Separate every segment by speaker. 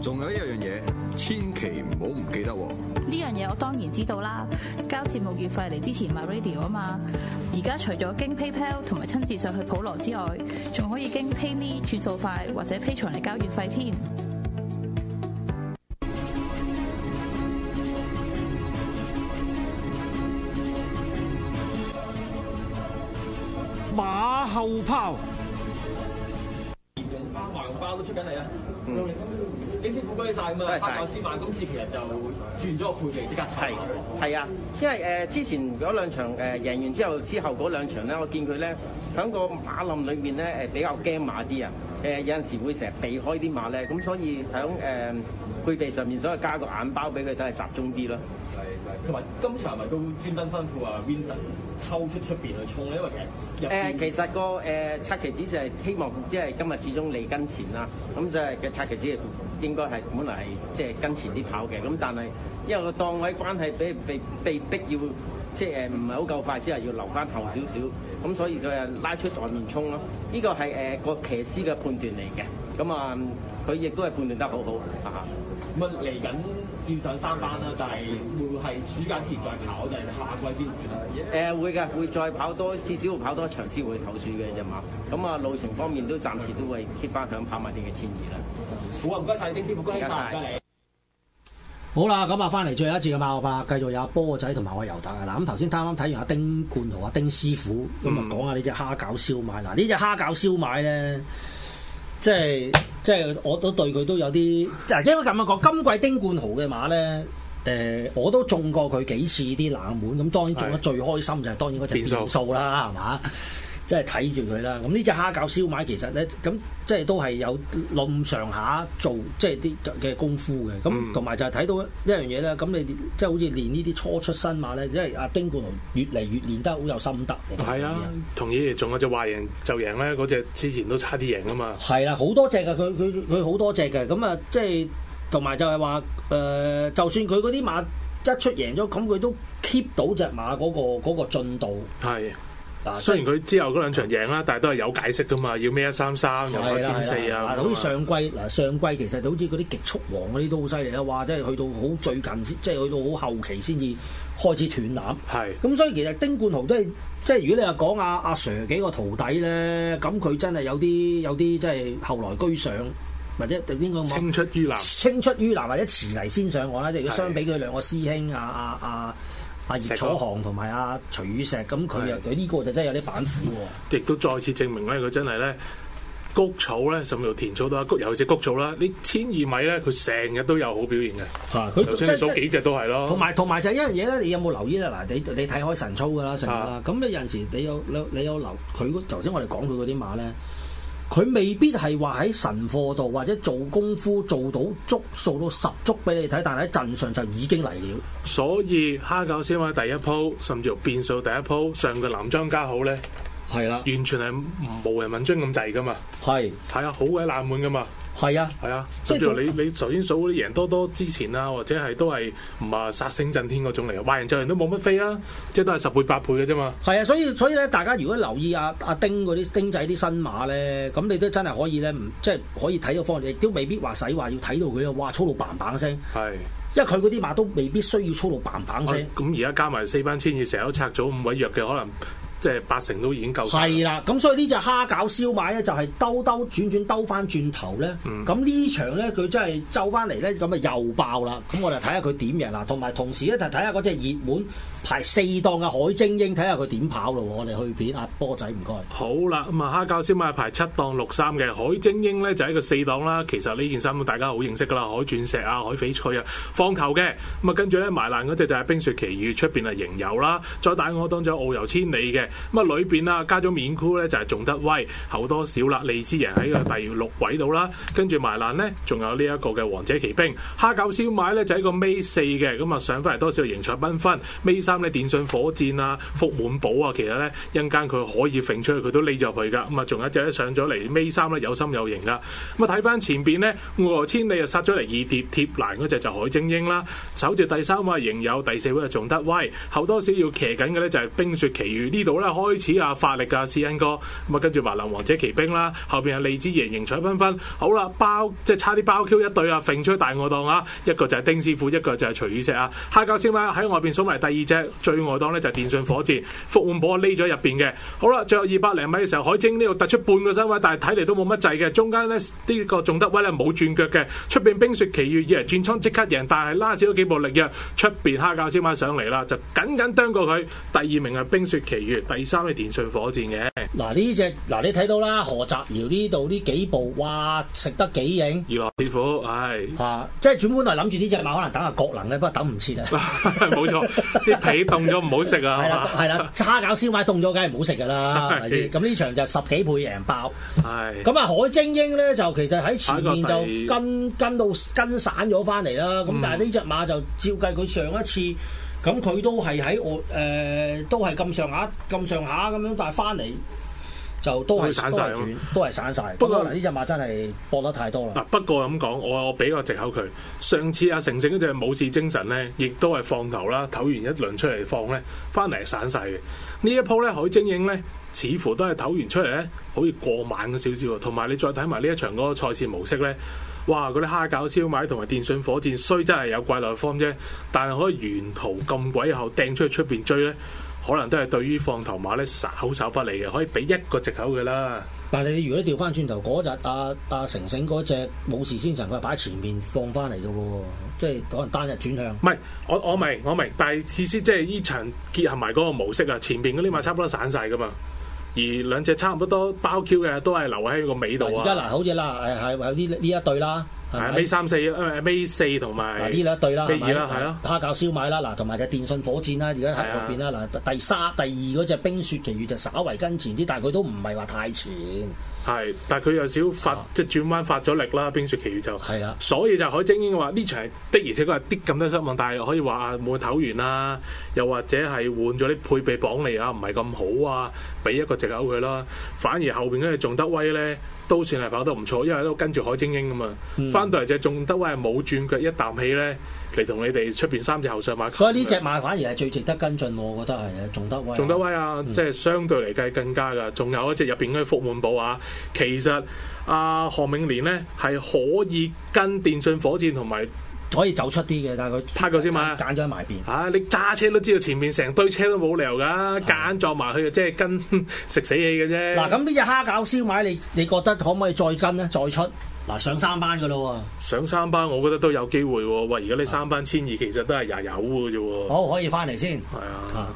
Speaker 1: 仲有一樣嘢，千祈唔好唔記得喎！
Speaker 2: 喎。呢樣嘢我當然知道啦，交節目月費嚟之前 My Radio 啊嘛。而家除咗經 PayPal 同埋親自上去普羅之外，仲可以經 PayMe 轉數快或者 Pay 財嚟交月費添。
Speaker 3: 馬後炮。
Speaker 4: 潤花橫包都出緊嚟啊！幾師傅恭喜晒咁啊！
Speaker 5: 嗯多謝晒
Speaker 4: 法國司馬公司其實就轉咗個配備，即刻炒
Speaker 5: 係係啊，因為誒、呃之前嗰兩場誒、呃、贏完之後，之後嗰兩場咧，我見佢咧喺個馬林裏面咧誒比較驚馬啲啊，誒、有陣時會成日避開啲馬咧，咁所以喺誒、呃配備上面，所以加個眼包俾佢，等係集中啲咯。
Speaker 4: 同埋今場咪都專登吩咐啊 Vincent 抽出出邊去衝咧，因為其實
Speaker 5: 誒、
Speaker 4: 入邊
Speaker 5: 其實個誒、呃策騎指示係希望，即係今日始終嚟跟前啦，咁就係嘅策騎指示應該係本來係即係跟前啲跑嘅，咁但係因為個檔位關係俾被被逼要即係誒呃唔係好夠快之後要留翻後少少，咁所以佢係拉出外面衝咯。呢、個係誒個騎師嘅判斷嚟嘅，咁啊佢亦都係判斷得好好啊。
Speaker 4: 咁啊嚟緊要上三班啦，就係會係暑假前再跑定係下季先選？
Speaker 5: 誒、呃會嘅，會再跑多，至少會跑多一場先會投輸嘅啫嘛。咁啊路程方面都暫時都會 keep 翻響跑馬地嘅千二啦。
Speaker 4: 好啊，唔該晒丁師傅，恭喜晒，
Speaker 5: 唔該晒
Speaker 4: 唔該你。
Speaker 3: 好啦，咁啊，翻嚟最後一次嘅馬後炮，繼續有阿波仔同埋我尤達啊！嗱，咁頭先啱啱睇完阿丁冠同阿丁師傅咁啊，講下呢只蝦餃燒賣。嗱，呢只蝦餃燒賣咧，即係即係我都對佢都有啲，嗱，應該咁樣講，今季丁冠豪嘅馬咧。誒、我都中過佢幾次啲冷門，咁當然中得
Speaker 6: 係
Speaker 3: 最開心就係當然嗰只
Speaker 6: 變數
Speaker 3: 變數啦，係嘛？即係睇住佢啦。咁呢只蝦餃燒賣其實咧，咁即係都係有咁上下做，即係啲嘅功夫嘅。咁
Speaker 6: 嗯
Speaker 3: 同埋就係睇到一樣嘢咧，咁你即係好似練呢啲初出新馬咧，因為阿丁冠豪越嚟越練得好有心得。
Speaker 6: 係啊，同意。仲有隻話贏就贏咧，嗰隻之前都差啲贏啊嘛。
Speaker 3: 係啦，好多隻嘅，佢佢佢好多隻嘅，咁啊，即係同埋就係話誒，就算佢嗰啲馬一出贏咗，咁佢都 keep 到只馬嗰、個嗰、個進度。啊
Speaker 6: 係，
Speaker 3: 嗱
Speaker 6: 啊雖然佢之後嗰兩場贏啦，但係都係有解釋噶嘛，要咩一三三，又一千四啊。
Speaker 3: 嗱好似上季嗱上季其實好似嗰啲極速王嗰啲都好犀利啦，啊哇！即係去到好最近先，即係去到好後期先至開始斷纜。
Speaker 6: 係
Speaker 3: 咁所以其實丁冠豪都係即係如果你話講阿阿 Sir 幾個徒弟咧，咁佢真係有啲有啲即係後來居上，或者應該咁講
Speaker 6: 青出於藍，
Speaker 3: 青出於藍或者遲嚟先上岸啦。即係如果
Speaker 6: 係
Speaker 3: 相比佢兩個師兄啊啊啊啊葉
Speaker 6: 石
Speaker 3: 楚
Speaker 6: 哥
Speaker 3: 航同埋阿徐宇石，咁佢又
Speaker 6: 係
Speaker 3: 佢呢個就真係有啲板斧喎。
Speaker 6: 亦都再次證明咧，佢真係咧。谷草咧，甚至乎田草都有谷，尤其是谷草啦。你千二米咧，佢成日都有好表現嘅。
Speaker 3: 佢
Speaker 6: 頭
Speaker 3: 即
Speaker 6: 先
Speaker 3: 係
Speaker 6: 你數幾隻都係咯。
Speaker 3: 同埋同埋就係一樣嘢咧，你有冇留意咧？嗱，你你睇開神操㗎啦，成日啦。咁你有陣時你有你有你有留佢嗰頭先我哋講佢嗰啲馬咧，佢未必係話喺神課度或者做功夫做到足數到十足俾你睇，但係喺陣上就已經嚟了。
Speaker 6: 所以蝦餃先話第一鋪，甚至乎變數第一鋪，上個南張家好咧，
Speaker 3: 係啦，
Speaker 6: 完全係無人問津咁滯噶嘛，
Speaker 3: 係
Speaker 6: 係啊，好鬼冷門噶嘛，
Speaker 3: 係啊，
Speaker 6: 係啊，
Speaker 3: 即係
Speaker 6: 甚至乎你你頭先數嗰啲贏多多之前啊，或者係都係唔係殺星震天嗰種嚟嘅，壞人就人都冇乜飛啊，即係都係十倍八倍嘅啫嘛，
Speaker 3: 係啊，所以所以咧，大家如果留意啊阿阿丁嗰啲丁仔啲新馬咧，咁你都真係可以咧，唔即係可以睇到方向，亦都未必話使話要睇到佢啊，哇，粗到棒棒聲，
Speaker 6: 係。
Speaker 3: 因為佢嗰啲馬都未必需要粗到棒棒聲。
Speaker 6: 咁而家加埋四班千二，成日都拆咗五位弱嘅，可能即係八成都已經夠晒
Speaker 3: 係啊啦，咁所以呢只蝦餃燒賣咧，就係兜兜轉轉兜翻轉頭咧。咁呢、場咧，佢真係就翻嚟咧，咁啊又爆啦。咁我哋睇下佢點贏啦，同埋同時咧就睇下嗰隻熱門排四檔嘅海精英，睇下佢點跑咯。我哋去片阿波仔唔該。
Speaker 6: 好啦，咁啊，蝦餃先買排七檔六三嘅海精英咧，就係一個四檔啦。其實呢件衫大家好認識噶啦，海鑽石啊、海翡翠啊，放球嘅。咁啊，跟住咧埋爛嗰只就係冰雪奇遇出邊啊，仍有啦。再打我當咗遨遊千里嘅。咁啊裏邊啦加咗面箍咧就係仲德威、厚多少啦、利之人喺個第六位度啦，跟住埋欄咧仲有呢一個嘅王者奇兵、蝦餃燒賣咧就喺個尾四嘅，咁啊上翻嚟多少係形彩繽紛，尾三咧電信火箭啊、福滿寶啊，其實咧一陣間佢可以揈出去，佢都匿咗入去㗎。咁啊，仲有一隻咧上咗嚟尾三咧有心有型噶。咁啊，睇翻前邊咧，外千里啊殺咗嚟二碟貼欄嗰只就海精英啦，守住第三位仍有，第四位就仲德威，後多少要騎緊嘅咧就係冰雪奇遇呢度咧開始啊發力㗎，施恩哥咁啊，跟住華林王者奇兵啦，後邊係利之爺形彩繽紛，好啦，包即係差啲包 Q 一對啊，揈出大我檔啊，一個就係丁師傅，一個就係徐宇石啊，蝦餃燒賣喺外邊數埋第二隻最外檔咧就係電信火箭，福滿寶啊匿咗入邊嘅，好啦，最後二百零米嘅時候，海晶呢度突出半個身位，但係睇嚟都冇乜掣嘅，中間咧呢、呢個仲德威咧冇轉腳嘅，出邊冰雪奇遇以為轉倉即刻贏，但係拉少咗幾步力嘅，出邊蝦餃燒賣上嚟啦，就緊緊啄過佢，第二名係冰雪奇遇，第三係電信火箭嘅，
Speaker 3: 嗱呢只嗱你睇到啦，何澤堯呢度呢幾步，哇食得幾型
Speaker 6: 娛樂師傅，唉。
Speaker 3: 啊！即係轉本來諗住呢只馬可能等下國能咧，不過等唔切 啊。
Speaker 6: 冇錯，啲皮凍咗唔好食啊，
Speaker 3: 係
Speaker 6: 係
Speaker 3: 啦，
Speaker 6: 嘛
Speaker 3: 係啦，叉餃燒賣凍咗，梗係唔好食噶啦，係咪先？咁呢場就十幾倍贏爆。
Speaker 6: 係
Speaker 3: 咁啊，海精英咧就其實喺前面
Speaker 6: 下一個第嗯
Speaker 3: 就跟跟到跟散咗翻嚟啦。咁但係呢只馬就照計佢上一次，咁佢都係喺我誒都係咁上下咁上下咁樣，但係翻嚟就都
Speaker 6: 都
Speaker 3: 係
Speaker 6: 散
Speaker 3: 都
Speaker 6: 晒
Speaker 3: 係斷都係散晒。不
Speaker 6: 不過
Speaker 3: 過呢只馬真係搏得太多啦。
Speaker 6: 嗱，不過咁講，我我俾個藉口佢。上次阿成成嗰只武士精神咧，亦都係放頭啦，唞完一輪出嚟放咧，翻嚟係散晒嘅。呢一鋪咧，海精英咧，似乎都係唞完出嚟咧，好似過猛咗少少喎。同埋你再睇埋呢一場嗰個賽事模式咧，哇！嗰啲蝦餃燒賣同埋電信火箭，雖真係有怪內方啫，但係可以沿途咁鬼後掟出去出邊追咧，可能都係對於放頭馬咧稍稍不利嘅，可以俾一個藉口嘅啦。
Speaker 3: 但係你如果調翻轉頭嗰日，阿阿成成嗰只武士先神，佢係擺喺前面放翻嚟嘅喎，即係可能單日轉向。
Speaker 6: 唔係，我我明我明，但係意思即係呢場結合埋嗰個模式啊，前邊嗰啲馬差唔多散晒噶嘛，而兩隻差唔多包 Q 嘅都係留喺個尾度
Speaker 3: 嗱而家嗱，
Speaker 6: 啊，
Speaker 3: 好似啦，誒係有呢呢一對啦，係
Speaker 6: 係啊
Speaker 3: 咪
Speaker 6: 尾？三四誒尾四同埋
Speaker 3: 嗱呢兩對啦，
Speaker 6: 尾
Speaker 3: 係咪
Speaker 6: 二啦，係咯，啊
Speaker 3: 蝦餃燒賣啦，嗱同埋隻電信火箭啦，而家喺後邊啦，嗱第三、第二嗰只冰雪奇遇就稍為跟前啲，但係佢都唔係話太前，
Speaker 6: 係，但係佢有少發
Speaker 3: 啊
Speaker 6: 即係轉彎發咗力啦，冰雪奇遇就。
Speaker 3: 係啦。
Speaker 6: 啊所以就海精英話呢場係的而且確係啲咁多失望，但係可以話啊冇唞完啦，又或者係換咗啲配備綁嚟啊，唔係咁好啊，俾一個藉口佢啦。反而後邊嗰只仲德威咧，都算係跑得唔錯，因為都跟住海精英咁嘛。
Speaker 3: 嗯
Speaker 6: 翻、到嚟只仲德威係冇轉腳一啖氣咧，嚟同你哋出邊三隻後上馬。
Speaker 3: 所以呢只馬反而係最值得跟進喎，我覺得係啊，仲德威，
Speaker 6: 仲德威啊，
Speaker 3: 嗯
Speaker 6: 即係相對嚟計更加噶。仲有一隻入邊嗰啲福滿寶啊，其實阿、啊、何永年咧係可以跟電信火箭同埋。
Speaker 3: 可以走出啲嘅，但係佢
Speaker 6: 拍過先嘛
Speaker 3: 揀咗喺埋邊。
Speaker 6: 啊！你揸車都知道前面成堆車都冇理由噶，夾硬撞埋去就即係跟 食死你嘅啫。
Speaker 3: 嗱，咁呢只蝦餃燒賣，你你覺得可唔可以再跟咧？再出嗱上三班嘅咯
Speaker 6: 上三班，我覺得都有機會喎。喂，而家你三班千二其實都係廿有嘅啫
Speaker 3: 喎，
Speaker 6: 喎。
Speaker 3: 好可以翻嚟先
Speaker 6: 係啊，
Speaker 3: 啊！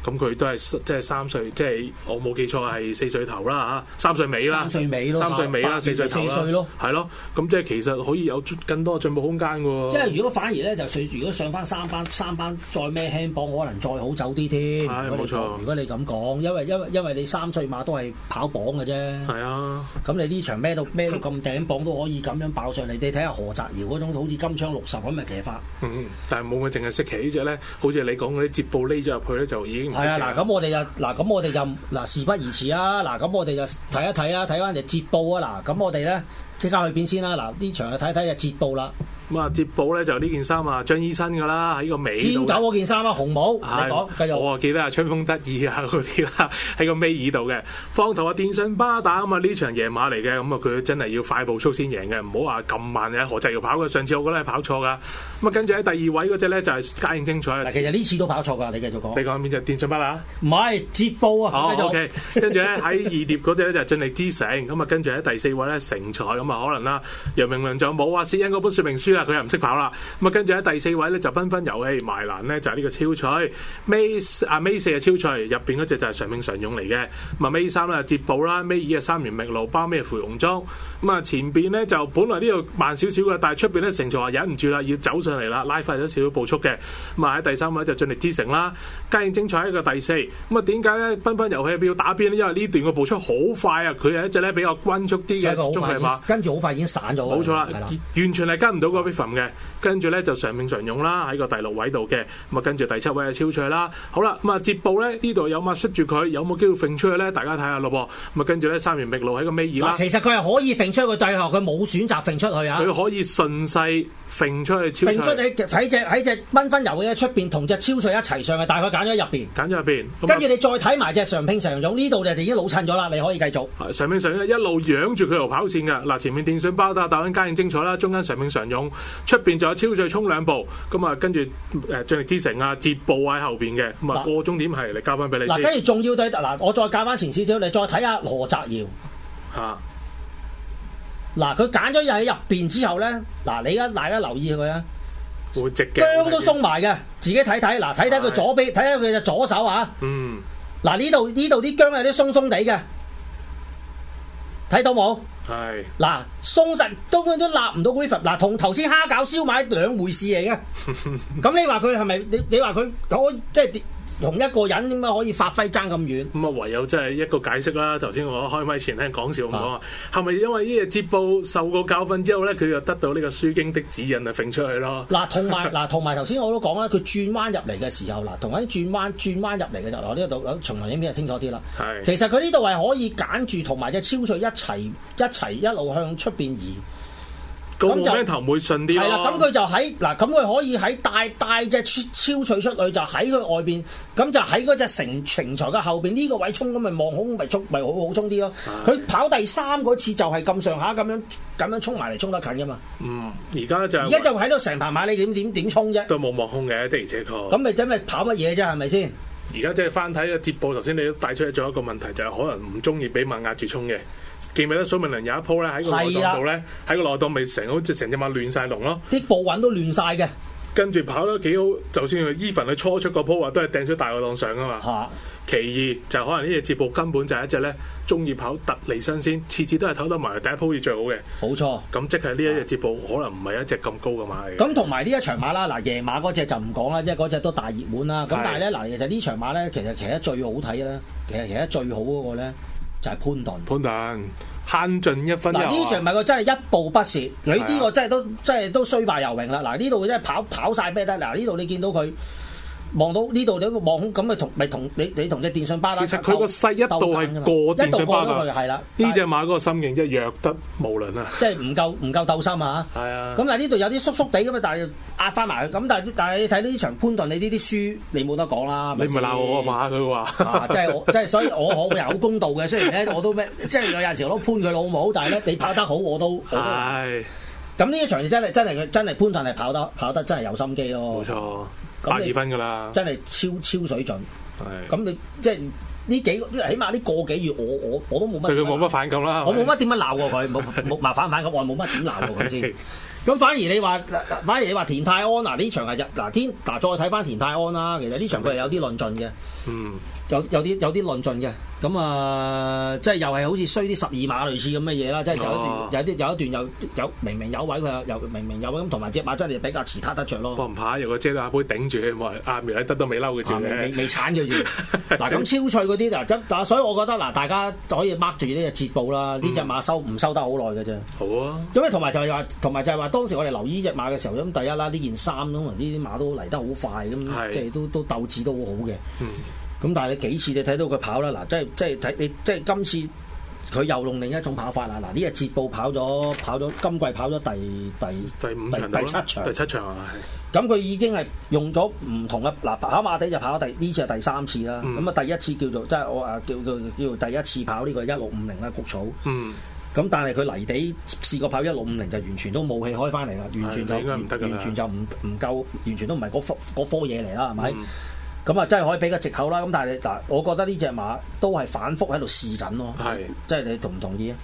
Speaker 6: 咁佢都係即係三歲，即係我冇記錯係四歲頭啦嚇，三歲尾啦，
Speaker 3: 三歲尾咯
Speaker 6: 三歲尾啦，
Speaker 3: 八
Speaker 6: 四歲頭
Speaker 3: 八四歲
Speaker 6: 啦
Speaker 3: 咯，
Speaker 6: 係咯。咁即係其實可以有更多進步空間嘅喎。
Speaker 3: 即係如果反而咧，就算如果上翻三班，三班再孭輕磅，可能再好走啲添。
Speaker 6: 係
Speaker 3: 如果你
Speaker 6: 冇錯
Speaker 3: 講如果你咁講，因為因為因為你三歲馬都係跑磅嘅啫，
Speaker 6: 係啊，
Speaker 3: 咁你呢場孭到孭到咁頂磅都可以咁樣爆上嚟，你睇下何澤堯嗰種好似金槍六十咁嘅騎法。
Speaker 6: 嗯但係冇佢淨係識騎呢只咧，好似你講嗰啲接報匿咗入去咧，就已經唔
Speaker 3: 係
Speaker 6: 識
Speaker 3: 啊，
Speaker 6: 騎
Speaker 3: 嗱，
Speaker 6: 啦
Speaker 3: 咁我哋就嗱，咁我哋就嗱，事不宜遲啊，嗱，咁我哋就睇一睇啊，睇翻隻捷報啊，嗱，咁我哋咧即刻去邊先啦，嗱，呢場就睇睇隻捷報啦，
Speaker 6: 咁啊，接報咧就呢件衫啊，張醫生噶啦，喺個尾
Speaker 3: 天
Speaker 6: 度
Speaker 3: 狗
Speaker 6: 嘅。
Speaker 3: 嗰件衫啊，紅帽，
Speaker 6: 係
Speaker 3: 你講，繼續，
Speaker 6: 我啊記得啊，春風得意啊嗰啲啦，喺個尾耳度嘅。放頭啊，電信巴打咁啊，呢場夜馬嚟嘅，咁啊佢真係要快步速先贏嘅，唔好話咁慢啊嘅。何濟要跑嘅，上次我覺得係跑錯噶。咁啊，跟住喺第二位嗰只咧就係嘉應精彩啊
Speaker 3: 嗱，。其實呢次都跑錯㗎，你繼續
Speaker 6: 你
Speaker 3: 講，
Speaker 6: 講邊只電信巴打？啊
Speaker 3: 唔係捷報啊，
Speaker 6: 好
Speaker 3: 繼續，
Speaker 6: 哦 OK，跟住咧喺二碟嗰只咧就係盡力之城，咁啊跟住喺第四位咧成才咁啊可能啦，楊明倫就冇啊，薛恩嗰本說明書啦，佢又唔識跑啦。咁啊，跟住喺第四位咧就繽紛遊戲埋欄咧就係、呢個超取，尾四啊尾四係超取，入邊嗰只就係常命常勇嚟嘅。咁啊尾三啦捷步啦，尾二啊三元覓路，包尾係芙蓉莊。咁啊前邊咧就本來呢度慢少少嘅，但係出邊咧成才話忍唔住啦，要走上嚟啦，拉快咗少少步速嘅。咁啊喺第三位就盡力之城啦，嘉應精彩喺個第四。咁啊點解咧繽紛遊戲要打邊咧？因為呢段嘅步速好快啊，佢係一隻咧比較均速啲
Speaker 3: 所以
Speaker 6: 嘅
Speaker 3: 佢好
Speaker 6: 中
Speaker 3: 快
Speaker 6: 距
Speaker 3: 已
Speaker 6: 馬
Speaker 3: 經。跟住好快已經散咗㗎。
Speaker 6: 冇錯啦
Speaker 3: 係啦，，
Speaker 6: 完全係跟唔到個 b i f a m 嘅。跟住咧就常命常用啦，喺個第六位度嘅。咁啊，跟住第七位係超翠啦。好啦，咁啊，接報咧呢度有馬摔住佢，有冇機會揈出去咧？大家睇下咯噃。咁啊，跟住咧三元覓路喺個尾二啦
Speaker 3: 嗱，。其實佢係可以揈出去對後，佢冇選擇揈出去啊。
Speaker 6: 佢可以順勢揈出去
Speaker 3: 揈
Speaker 6: 超
Speaker 3: 出
Speaker 6: 翠，
Speaker 3: 你喺只喺只繽紛遊嘅出邊，同只超水一齊上嘅，但係佢揀咗喺入邊。
Speaker 6: 揀咗入邊。咁啊
Speaker 3: 跟住你再睇埋只常拼常勇呢度，你就已經老襯咗啦，你可以繼續。
Speaker 6: 上面上一路養住佢條跑線嘅，嗱前面電信包打打緊家應精彩啦，中間上面常勇，出邊仲有超最衝兩步，咁啊跟住誒進力之城啊捷步喺後邊嘅，咁
Speaker 3: 嗱
Speaker 6: 啊過終點係嚟交翻俾你
Speaker 3: 嗱，
Speaker 6: 先
Speaker 3: 跟住仲要對嗱，我再教翻前少少，你再睇下羅澤耀。
Speaker 6: 嚇，
Speaker 3: 嗱，佢揀咗喺入邊之後咧，嗱，你而家大家留意佢啊，
Speaker 6: 會直嘅，
Speaker 3: 姜都鬆埋嘅，自己睇睇，嗱，睇睇佢左臂，睇睇佢隻左手啊，
Speaker 6: 嗯，
Speaker 3: 嗱，呢度呢度啲姜有啲鬆鬆地嘅，睇到冇？
Speaker 6: 係
Speaker 3: 嗱，鬆實根本都立唔到 g r i f f i n 嗱，同頭先蝦餃燒賣兩回事嚟嘅。咁你話佢係咪？你你話佢可即係同一個人點解可以發揮爭咁遠？
Speaker 6: 咁啊，唯有真係一個解釋啦。頭先我開咪前咧講笑咁講啊，係咪因為呢隻捷步受過教訓之後咧，佢就得到呢個書經的指引啊，揈出去咯？
Speaker 3: 嗱，同 埋嗱，同埋頭先我都講啦，佢轉彎入嚟嘅時候，嗱，同埋啲轉彎轉彎入嚟嘅時候，嗱呢度從來影片就清楚啲啦。
Speaker 6: 係
Speaker 3: 其實佢呢度係可以揀住同埋只超水一齊一齊一路向出邊移。
Speaker 6: 個
Speaker 3: 咁就
Speaker 6: m 頭會順啲
Speaker 3: 係啦，
Speaker 6: 咯。
Speaker 3: 咁佢就喺嗱，咁佢可以喺帶帶只超脆出去，就喺佢外邊，咁就喺嗰只成成才嘅後邊呢、個位衝，咁咪望空咪衝，咪好好衝啲咯。
Speaker 6: 啊
Speaker 3: 佢跑第三嗰次就係咁上下咁樣咁樣衝埋嚟衝得近噶嘛，
Speaker 6: 嗯，而家就
Speaker 3: 而家就喺度成排馬你點點點衝啫，
Speaker 6: 都冇望空嘅，的而且確。
Speaker 3: 咁咪真係跑乜嘢啫係咪先？
Speaker 6: 而家即係翻睇嘅捷報，頭先你都帶出咗一個問題，就係、可能唔中意俾馬壓住衝嘅。記唔記得蘇明倫有一鋪咧喺個內
Speaker 3: 係啊啦
Speaker 6: 檔度咧，喺個內檔咪成好似成隻馬亂晒龍咯，
Speaker 3: 啲步韻都亂晒嘅
Speaker 6: 跟住跑得幾好，就算佢 even 佢初出個鋪啊，都係掟咗大個檔上噶嘛。
Speaker 3: 嚇，
Speaker 6: 其二就可能呢只捷步根本就係一隻咧中意跑特離新鮮，次次都係唞得埋第一鋪要最好嘅。
Speaker 3: 冇錯。
Speaker 6: 咁即係呢一隻捷步可能唔係一隻咁高嘅馬嚟嘅。
Speaker 3: 咁同埋呢一場馬啦，嗱夜馬嗰只就唔講啦，即係嗰只都大熱門啦。咁
Speaker 6: 係
Speaker 3: 但係咧，嗱其實呢場馬咧，其實其實最好睇咧，其實其實最好嗰個咧就係潘頓。
Speaker 6: 潘頓慳盡一分一
Speaker 3: 嗱呢
Speaker 6: 毫
Speaker 3: 場
Speaker 6: 啊
Speaker 3: 咪個真係一步不蝕，佢
Speaker 6: 係啊
Speaker 3: 呢個真係都真係都衰敗游泳啦。嗱呢度真係跑跑曬咩得？嗱呢度你見到佢望到呢度你望空咁咪同咪同你你同只電信巴啦。
Speaker 6: 其實佢個勢一度係過
Speaker 3: 鬥緊㗎嘛
Speaker 6: 電信巴
Speaker 3: 一度過咗
Speaker 6: 㗎
Speaker 3: 佢係啦。
Speaker 6: 呢只馬嗰個心境真係弱得無論啊！
Speaker 3: 即係唔夠唔夠鬥心啊！
Speaker 6: 係啊
Speaker 3: 咁嗱呢度有啲縮縮地咁啊，但係壓翻埋佢。咁但係但係你睇呢場潘頓，你呢啲輸你冇得講啦。
Speaker 6: 你唔係
Speaker 3: 先
Speaker 6: 鬧我啊嘛？佢
Speaker 3: 啊！
Speaker 6: 話
Speaker 3: 即係我，即係所以我我係好公道嘅。雖然 咧我都咩，即係有陣時我都潘佢老母，但係咧你跑得好我都我都
Speaker 6: 係
Speaker 3: 咁呢一場真係真係真係潘頓係跑得跑得真係有心機咯，
Speaker 6: 冇錯，八
Speaker 3: 咁
Speaker 6: 二
Speaker 3: 你
Speaker 6: 分㗎啦，
Speaker 3: 真係超超水準。
Speaker 6: 係
Speaker 3: 咁你即係呢幾個起碼呢個幾月我我我都冇乜
Speaker 6: 對佢冇乜，反感啦。
Speaker 3: 我冇
Speaker 6: 係咪
Speaker 3: 乜點樣鬧過 佢，冇冇麻反反咁，我冇乜點鬧過佢先
Speaker 6: 係。
Speaker 3: 咁反而你話，反而你話田泰安嗱呢場係日嗱天嗱再睇翻田泰安啦，其實呢場佢係有啲論盡嘅，
Speaker 6: 嗯
Speaker 3: 有有啲有啲論盡嘅。咁啊，即係又係好似衰啲十二馬類似咁嘅嘢啦，即係有
Speaker 6: 哦
Speaker 3: 一段有一段有一段有有明明有位佢又又明明有位咁，同埋只馬真係比較遲他得着咯
Speaker 6: 不。過唔怕，有個遮打杯頂住佢，咪阿苗禮德都未嬲佢住
Speaker 3: 啊未未
Speaker 6: 嘅。
Speaker 3: 未鏟 佢住。嗱咁超脆嗰啲嗱，真嗱，所以我覺得嗱，大家可以 mark 住呢隻捷報啦，呢只馬收唔收得好耐嘅啫。
Speaker 6: 好啊，
Speaker 3: 因為同埋就係話，同埋就係話，當時我哋留意呢只馬嘅時候，咁第一啦，呢件衫咁，啊呢啲馬都嚟得好快，
Speaker 6: 係
Speaker 3: 咁即係都都鬥志都好好嘅。
Speaker 6: 嗯
Speaker 3: 咁但係你幾次你睇到佢跑啦，嗱，即係即係睇你即係今次佢又用另一種跑法啦。嗱，呢隻捷報跑咗跑咗今季跑咗第第
Speaker 6: 第五場到
Speaker 3: 第
Speaker 6: 啦
Speaker 3: 七場
Speaker 6: 第七場啊，
Speaker 3: 咁佢已經係用咗唔同嘅嗱，跑馬地就跑第呢次係第三次啦。
Speaker 6: 嗯
Speaker 3: 咁啊、第一次叫做即係我啊叫做叫做第一次跑呢個一六五零啦，谷草。
Speaker 6: 嗯，
Speaker 3: 咁但係佢泥地試過跑一六五零就完全都冇氣開翻嚟啦，完全就
Speaker 6: 係應該唔得㗎啦
Speaker 3: 完全就唔唔夠，完全都唔係嗰科嗰科嘢嚟啦，係咪
Speaker 6: 嗯？
Speaker 3: 咁啊、真係可以俾個藉口啦。咁但係你嗱，我覺得呢只馬都係反覆喺度試緊咯。
Speaker 6: 係。
Speaker 3: 即係你同唔同意啊？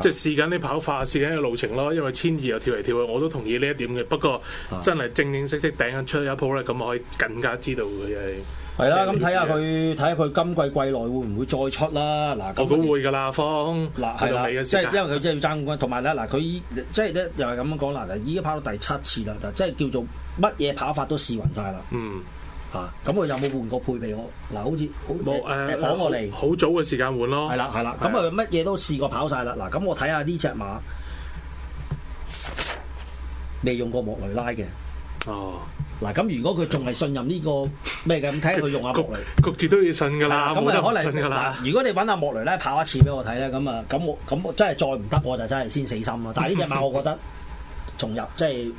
Speaker 6: 即係試緊啲跑法，試緊啲路程咯。因為千二又跳嚟跳去，我都同意呢一點嘅。不過
Speaker 3: 啊
Speaker 6: 真係正正式式頂出一鋪咧，咁我可以更加知道佢係。啊
Speaker 3: 係啦，咁睇下佢睇下佢今季季內會唔會再出啦？嗱，
Speaker 6: 我
Speaker 3: 咁
Speaker 6: 估會㗎啦，方
Speaker 3: 嗱
Speaker 6: 去
Speaker 3: 係
Speaker 6: 到
Speaker 3: 啦，
Speaker 6: 尾嘅時
Speaker 3: 即係
Speaker 6: 間
Speaker 3: 因為佢真係要爭冠軍，同埋咧嗱，佢依即係咧又係咁樣講啦，嗱，依家跑到第七次啦，嗱，即係叫做乜嘢跑法都試勻晒啦
Speaker 6: 嗯
Speaker 3: 嚇，啊咁佢有冇換過配備我？嗱，好似好
Speaker 6: 冇
Speaker 3: 誒
Speaker 6: 誒
Speaker 3: 講我嚟。
Speaker 6: 好早嘅時間換咯。
Speaker 3: 係啦，係啦，咁
Speaker 6: 係
Speaker 3: 啊乜嘢都試過跑晒啦。嗱，咁我睇下呢只馬未用過莫雷拉嘅。
Speaker 6: 哦，
Speaker 3: 嗱，咁如果佢仲係信任呢個咩嘅，咁睇下佢用阿莫雷。
Speaker 6: 局局住都要信㗎啦，
Speaker 3: 咁
Speaker 6: 冇得
Speaker 3: 啊，
Speaker 6: 唔
Speaker 3: 可
Speaker 6: 信㗎
Speaker 3: 能
Speaker 6: 啦。
Speaker 3: 嗱，如果你揾阿莫雷拉跑一次俾我睇咧，咁啊，咁我咁我真係再唔得，我就真係先死心啦。但係呢只馬，我覺得重入即係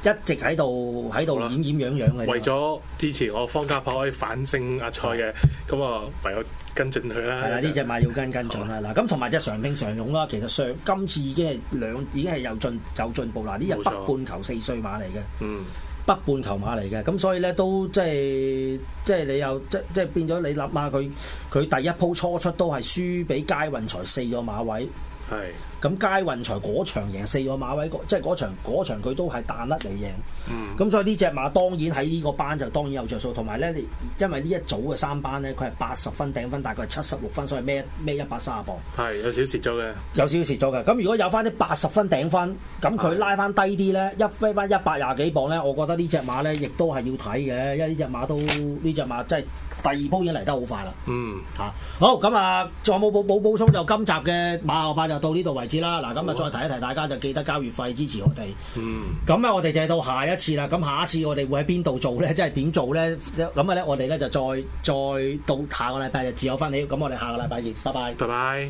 Speaker 3: 一直喺度喺度
Speaker 6: 好啦
Speaker 3: 掩掩樣樣嘅。
Speaker 6: 為咗支持我方家柏可以反勝阿蔡嘅，咁啊唯有跟進佢啦。
Speaker 3: 係啦，呢只馬要跟跟進啦。
Speaker 6: 啊
Speaker 3: 嗱，咁同埋只常兵常勇啦，其實上今次已經係兩已經係有進有進步啦。呢只
Speaker 6: 冇
Speaker 3: 北
Speaker 6: 錯
Speaker 3: 半球四歲馬嚟嘅。
Speaker 6: 嗯
Speaker 3: 北半球馬嚟嘅，咁所以咧都即係即係你又即即係變咗你諗下佢佢第一鋪初出都係輸俾佳運才四個馬位，
Speaker 6: 係
Speaker 3: 咁佳運才嗰場贏四個馬位，即係嗰場嗰場佢都係彈甩嚟贏，
Speaker 6: 嗯
Speaker 3: 咁所以呢只馬當然喺呢個班就當然有着數，同埋咧你因為呢一組嘅三班咧佢係八十分頂分，大概係七十六分，所以孭孭一百三十磅。
Speaker 6: 係有少少蝕咗嘅。
Speaker 3: 有少少蝕咗嘅。咁如果有翻啲八十分頂分，咁佢
Speaker 6: 係
Speaker 3: 拉翻低啲咧，一飛翻一百廿幾磅咧，我覺得呢只馬咧亦都係要睇嘅，因為呢只馬都呢只馬真係第二鋪已經嚟得好快啦。
Speaker 6: 嗯，
Speaker 3: 嚇、好咁啊，仲有冇補補補充？就今集嘅馬後炮就到呢度為止啦。嗱，咁啊再提一提大家就記得交月費支持我哋。
Speaker 6: 嗯，
Speaker 3: 咁咧，我哋就係到下一次啦。咁下一次我哋會喺邊度做咧？即係點做咧？咁啊咧，我哋咧就再再到下個禮拜就自有分曉。咁我哋下個禮拜見，拜拜。
Speaker 6: 拜拜。